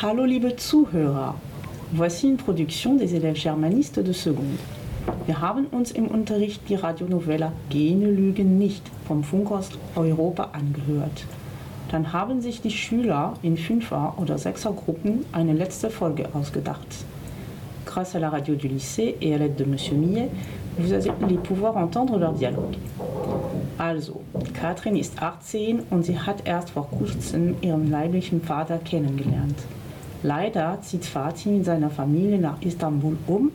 Hallo liebe Zuhörer, voici une production des élèves germanistes de seconde. Wir haben uns im Unterricht die Radionovella Gene lügen nicht vom Funkhaus Europa angehört. Dann haben sich die Schüler in Fünfer- oder Sechsergruppen eine letzte Folge ausgedacht. Grâce à la radio du lycée et à l'aide de Monsieur Millet, vous allez pouvoir entendre leur dialogue. Also, Katrin ist 18 und sie hat erst vor kurzem ihren leiblichen Vater kennengelernt. Leider zieht Fatih mit seiner Familie nach Istanbul um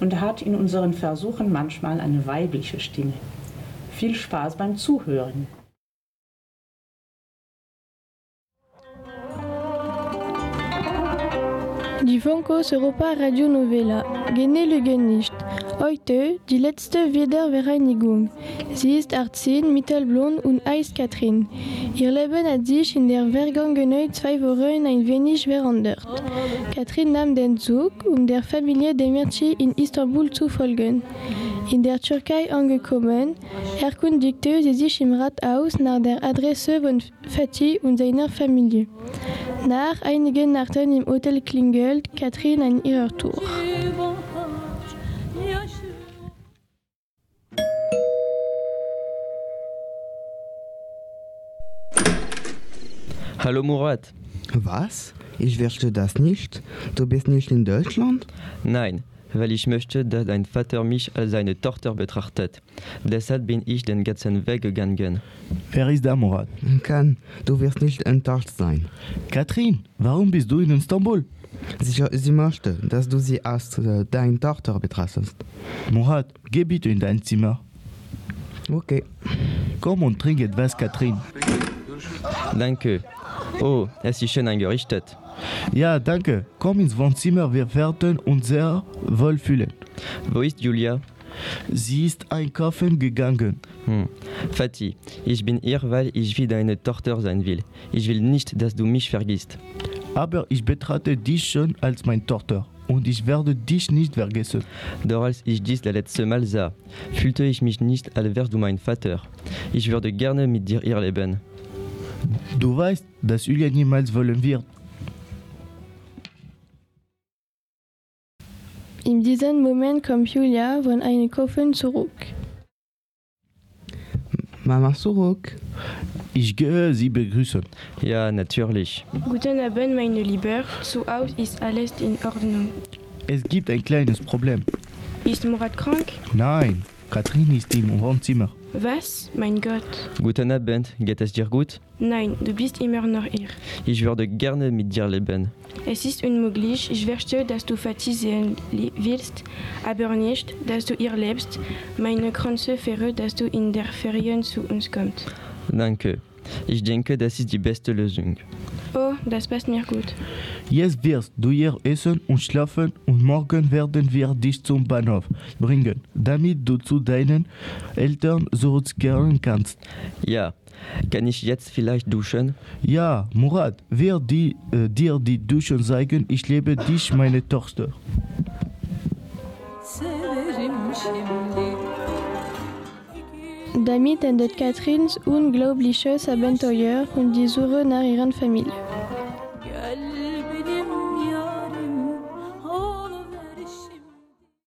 und hat in unseren Versuchen manchmal eine weibliche Stimme. Viel Spaß beim Zuhören! Die Funkos Europa Radio Novella. Gene lügen nicht. Heute die letzte Wiedervereinigung. Sie ist 18, mittelblond und heißt Katrin. Ihr Leben hat sich in der vergangenen zwei Wochen ein wenig verändert. Katrin nahm den Zug, um der Familie Demirci in Istanbul zu folgen. In der Türkei angekommen, erkundigte sie sich im Rathaus nach der Adresse von Fatih und seiner Familie. Nach einigen Nachten im Hotel klingelt Katrin an ihrer Tour. Hallo Murat. Was? Ich verstehe das nicht. Du bist nicht in Deutschland? Nein, weil ich möchte, dass dein Vater mich als seine Tochter betrachtet. Deshalb bin ich den ganzen Weg gegangen. Wer ist da, Murat? Kann, du wirst nicht enttäuscht sein. Katrin, warum bist du in Istanbul? Sie, sie möchte, dass du sie als äh, deine Tochter betrachtest. Murat, geh bitte in dein Zimmer. Okay. Komm und trink etwas, Katrin. Danke. Oh, es ist schön eingerichtet. Ja, danke. Komm ins Wohnzimmer, wir werden uns sehr wohl fühlen. Wo ist Julia? Sie ist einkaufen gegangen. Hm. Fatih, ich bin hier, weil ich wie deine Tochter sein will. Ich will nicht, dass du mich vergisst. Aber ich betrachte dich schon als meine Tochter. Und ich werde dich nicht vergessen. Doch als ich dies das letzte Mal sah, fühlte ich mich nicht, als wärst du mein Vater. Ich würde gerne mit dir hier leben. Du weißt, dass Julia niemals wollen wird. In diesem Moment kommt Julia von einem Koffen zurück. Mama zurück. Ich gehe sie begrüßen. Ja, natürlich. Guten Abend, meine Lieber. Zu Hause ist alles in Ordnung. Es gibt ein kleines Problem. Ist Murat krank? Nein, Katrin ist im Wohnzimmer. Was? Mein Gott. Guten Abend, geht es dir gut? Nein, du bist immer noch hier. Ich würde gerne mit dir leben. Es ist unmöglich. Ich verstehe, dass du Fatih sehen li- willst, aber nicht, dass du hier lebst. Meine ganze Fähre, dass du in der Ferien zu uns kommst. Danke. Ich denke, das ist die beste Lösung. Oh, das passt mir gut. Jetzt wirst du hier essen und schlafen und morgen werden wir dich zum Bahnhof bringen, damit du zu deinen Eltern zurückkehren kannst. Ja, kann ich jetzt vielleicht duschen? Ja, Murat, wir die, äh, dir die Duschen zeigen, ich liebe dich, meine Tochter. Severim şimdi Damit endet Katrins unglaubliches Abenteuer und die Suche nach ihrer Familie.